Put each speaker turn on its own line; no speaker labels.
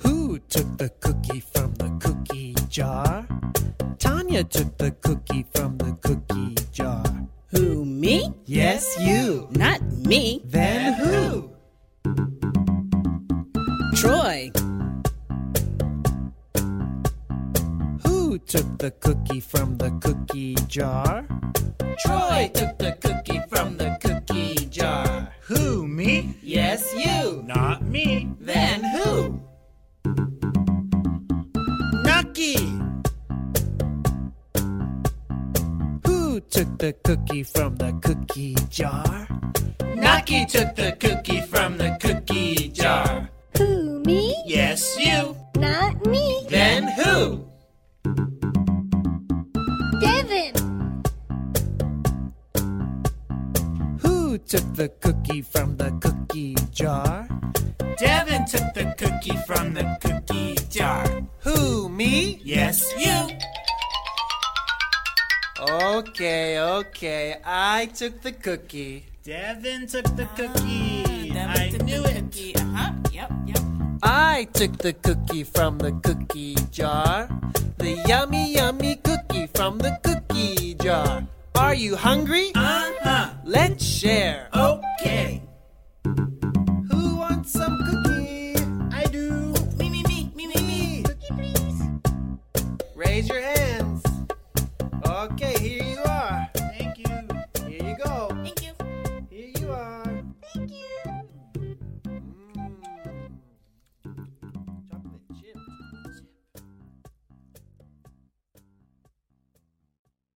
took the cookie from the cookie jar. Tanya took the cookie from the cookie jar.
Who, me?
Yes, you.
Not me.
Then who?
Troy.
Who took the cookie from the cookie jar?
Troy took the cookie from the cookie jar.
Who, me?
Yes, you.
Not me.
Then who?
Nucky! Who took the cookie from the cookie jar?
Nucky took the cookie from the cookie jar.
Who, me?
Yes, you.
Not me.
Then who?
Devin.
Who took the cookie from the cookie jar?
Devin took the cookie from the cookie jar.
Who, me?
Yes, you.
Okay, okay, I took the cookie. Ah,
Devin took the cookie. I knew it. Uh-huh. Yep, yep.
I took the cookie from the cookie jar. The yummy, yummy cookie from the cookie jar. Are you hungry?
Uh-huh.
Let's share.
Okay.
Who wants some cookie?
I do. Me, me, me, me, me, me.
Raise your hand. Mmm.